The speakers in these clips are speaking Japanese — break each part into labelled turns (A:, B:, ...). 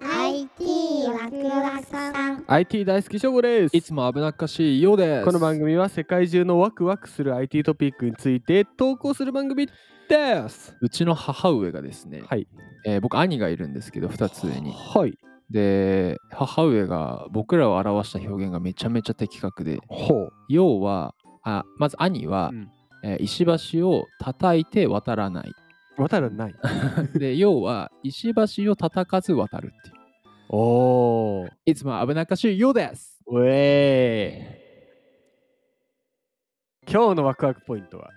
A: IT ワクワクさん
B: IT 大好き勝負です
C: いつも危なっかしいようです。
B: この番組は世界中のワクワクする IT トピックについて投稿する番組です
C: うちの母上がですね、
B: はい
C: えー僕兄がいるんですけど2つ上に。
B: はい
C: で母上が僕らを表した表現がめちゃめちゃ的確で
B: ほう
C: 要はあまず兄は、
B: うん
C: えー石橋を叩いて渡ら ない。
B: 渡らない
C: で要は石橋を叩かず渡るっていう。
B: おー
C: いつも危なっかしいようです。
B: うえーい今日のワクワクポイントは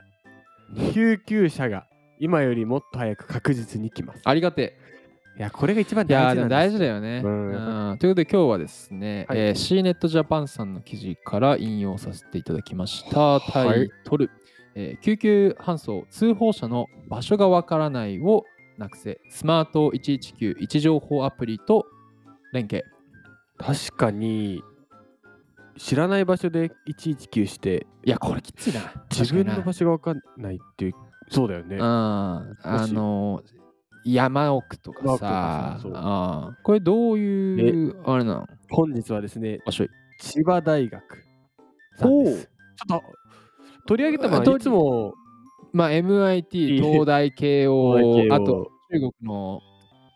B: 救急車が今よりもっと早く確実に来ます
C: ありがて
B: いやこれが一番
C: え。いや
B: 大事な
C: ーでも
B: んです
C: 大事だよね。
B: うん
C: うんということで今日はですね、
B: はい
C: えー、C ネットジャパンさんの記事から引用させていただきました。タイトル、えー救急搬送通報者の場所がわからないをなくせスマート119位置情報アプリと連携。
B: 確かに知らない場所で119して
C: いやこれきついな。
B: 自分の場
C: 所。
B: 所が分かんないっていうそうだよね
C: うんあのー山奥とか
B: 山
C: さ
B: 奥とかさそう
C: あーこれどういうあれなの
B: 本日はですね
C: 場所
B: 千葉大学さんですちょっと取り上げたの
C: あ
B: は
C: とり
B: いつも
C: まあ MIT 東大慶応
B: 東大慶応
C: あと中国の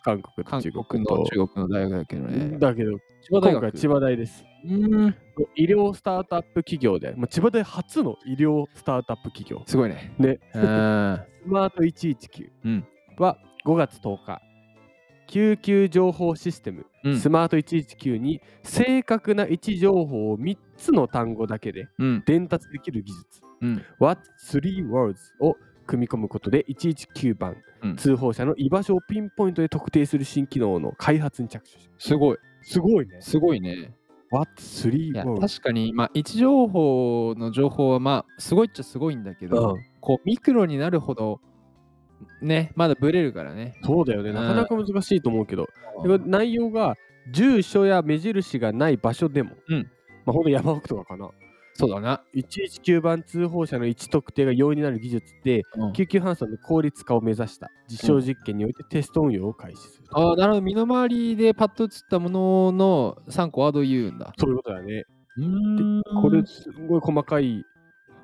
B: 韓国と
C: 韓
B: 中
C: 国
B: 国
C: の
B: と
C: 中国の大学だけどね。
B: だけど
C: 千葉大
B: 今
C: 学
B: 回千葉大です
C: うん
B: 医療スタートアップ企業で、まあ、千葉大初の医療スタートアップ企業
C: すご いね。
B: ね
C: うん
B: スマート119
C: うん
B: は5月10日救急情報システム
C: うん
B: スマート119に正確な位置情報を3つの単語だけで
C: うん
B: 伝達できる技術
C: うん
B: What Three Words を組み込むことで119番、
C: うん
B: 通報者の居場所をピンポイントで特定する新機能の開発に着手し
C: すごい。
B: すごいね。
C: すごいね。
B: What Three
C: いや
B: Words
C: 確かに、まあ、位置情報の情報は、まあ、すごいっちゃすごいんだけど、
B: うん
C: こうミクロになるほど、ね、まだブレるからね。
B: そうだよね。
C: うん
B: なかなか難しいと思うけど、で
C: う
B: 内容が住所や目印がない場所でも、
C: うん
B: まあ、ほんと山奥とかかな。
C: そうだな。
B: 119番通報者の位置特定が容易になる技術で、
C: うん
B: 救急搬送の効率化を目指した実証実験においてテスト運用を開始する。
C: あーなるほど身の回りでパッと映ったものの3個ワードを言うんだ。
B: そういうことだね。
C: うーん
B: これすごい細かい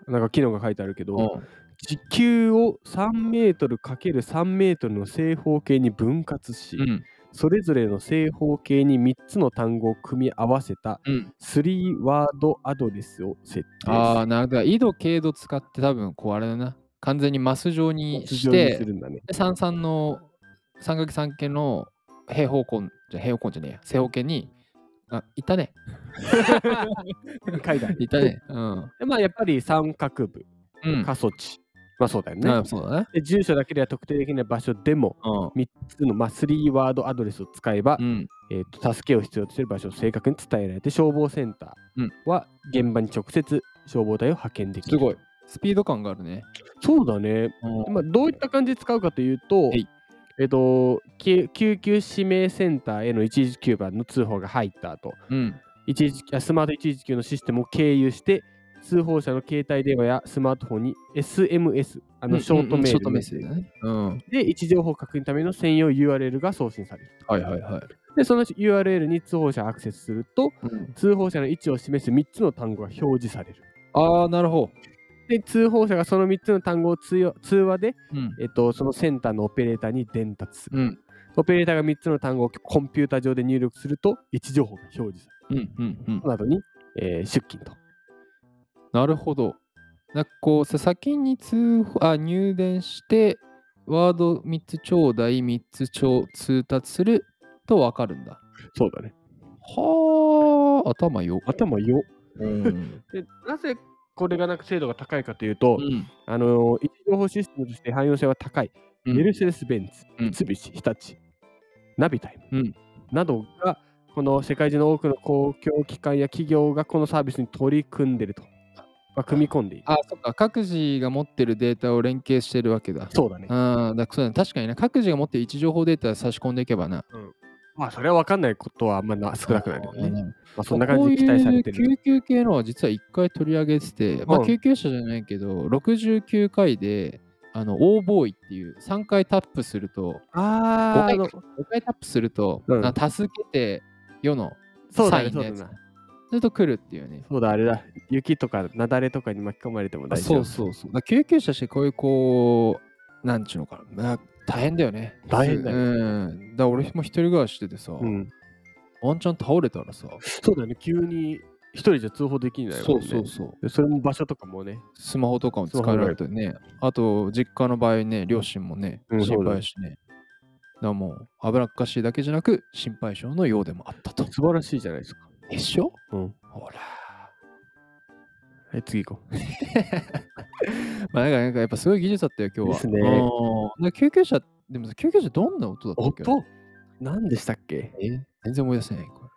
B: なんか機能が書いてあるけど、
C: うん
B: 地球を3メートル ×3 メートルの正方形に分割し、
C: うん
B: それぞれの正方形に3つの単語を組み合わせた
C: うん、
B: 3ワードアドレスを設定する。
C: ああ、なるほど。緯度、経度使って多分こうあれだな。完全にマス状に
B: 非
C: し
B: 常に
C: て
B: す、るんだね。
C: で三三の三角三形の平方根じゃ平方根じゃねえや正方形にあいたね
B: 書いてある
C: いたねうん
B: でまあやっぱり三角部、
C: うん
B: 過疎地。まあそうだよね。
C: あそうだね
B: で住所だけでは特定できない場所でも
C: う
B: 3つの、まあ、3ワードアドレスを使えば、
C: んうん
B: えー、と助けを必要とする場所を正確に伝えられて消防センタ
C: うん
B: ーは現場に直接消防隊を派遣できる。
C: すごいスピード感があるね
B: そうだね、
C: うん
B: まあ、どういった感じで使うかというと
C: はい、
B: えっと救救急指名センターへの119番の通報が入った後
C: うん
B: 119あスマート119のシステムを経由して通報者の携帯電話やスマートフォンに SMS あ
C: う
B: の
C: ん
B: ショートメ
C: ショ
B: ー
C: ート
B: ル
C: メ
B: メ
C: ッセージだねうん
B: で位置情報を確認のための専用 URL が送信される
C: はいはいはい
B: でその URL に通報者がアクセスすると
C: うん
B: 通報者の位置を示す3つの単語が表示される。
C: ああなるほ
B: で、通報者がその3つの単語を通よ通話で、
C: どうん
B: えっと、そのセンターのオペレーターに伝達する。
C: うん
B: オペレーターが3つの単語をコンピュータ上で入力すると、位置情報が表示される。
C: うんうんうん
B: その後に、えー出勤と。
C: なるほど。なんかこうさ先に通報あ入電してワード3つちょうだい3つちょう通達するとわかるんだ。
B: そうだね。
C: はあ頭よ。
B: 頭よ。
C: うん。
B: で、なぜこれがなんか精度が高いかというと、
C: うん
B: あのー位置情報システムとして汎用性は高い、メルセデス・ベンツ、
C: うん
B: 三菱、日立、ナビタイム、
C: うん
B: などが、この世界中の多くの公共機関や企業がこのサービスに取り組んでると、まあ、組み込んでいる。
C: あそっか各自が持ってるデータを連携してるわけだ。
B: そうだね。
C: あーだそうだね確かにね各自が持ってる位置情報データ差し込んでいけばな。
B: まあ、それは分かんないことはあんまな少なくないよ
C: あー
B: ね。まあ、そんな感じで期
C: こういう
B: 待されてる。
C: 救急系のは実は1回取り上げてて、まあ、
B: うん
C: 救急車じゃないけど、69回であの、オーボーイっていう3回タップすると、
B: あーあの、
C: 5回タップすると、
B: うん
C: あ助けてよの
B: そう
C: サ
B: だ
C: イ
B: ね、
C: ンの
B: そう
C: や
B: だ
C: つ。
B: ね
C: そ。れと来るっていうね。
B: そうだ、あれだ。雪とか雪崩とかに巻き込まれても大丈
C: そ
B: 夫。
C: うそうそう。だから救急車してこういうこう、なんちゅうのかな。まあ大変だよね。
B: 大変だよ
C: うん。だから俺も一人暮らししててさ、
B: うん、
C: ワンチャン倒れたらさ、
B: そうだよね、急に一人じゃ通報できないもんね。
C: そう。
B: でそれも場所とかもね。
C: スマホとかも使えられてね。あと、実家の場合ね、両親もね、
B: うん
C: 心配やしね。だからもう、危なっかしいだけじゃなく、心配性のようでもあったと。
B: 素晴らしいじゃないですか。
C: でしょ
B: うん。
C: ほら。
B: はい、次行こう。
C: まあなんか、なんかやっぱすごい技術だったよ、今日は。
B: ですね
C: うんだから救急車、でもさ救急車どんな音だったっけ
B: 何でしたっけ
C: え全然思い出せない。これ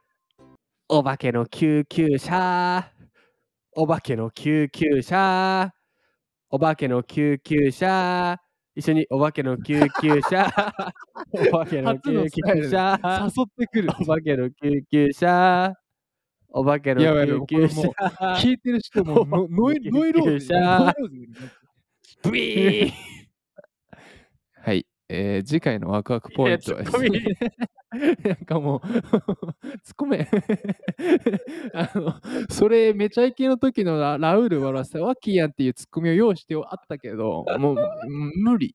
B: お化けの救急車お化けの救急車お化けの救急車一緒にお化けの救急車 お化けの
C: 初の
B: 救
C: スタイ
B: 急
C: ルで
B: 車
C: 誘ってくる。
B: お化けの救急車お化けの
C: やばいやばい
B: 救急車
C: これも聞いてる人 もノノイノイロー
B: 救
C: ゼ
B: 急車
C: ノイローゼになっちゃ う
B: ブイーン
C: はい。えー次回のワクワクポイントはですね
B: いや ツ
C: なんかもう ツッコめあのそれめちゃイケの時のララウール笑わせたワッキーやんっていうツッコミを用意してあったけどもう 無理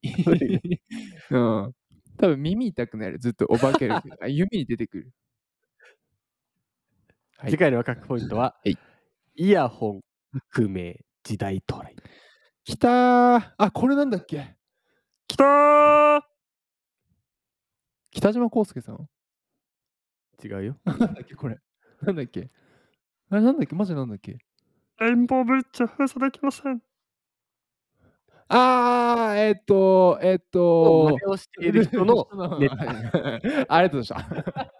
C: うん多分耳痛くなるずっとお化けの あ指に出てくるはい
B: 次回の若くポイントは、
C: はい
B: イヤホン革命時代到来
C: きたーあこれなんだっけ
B: きたー
C: 北島康介さん
B: 違うよ
C: なんだっけこれなんだっけあれなんだっけマジなんだっけ
B: レインボーブリッジ封鎖できません
C: あー、えっと、えっと
B: をしている人のネタ
C: はいありがとうございました。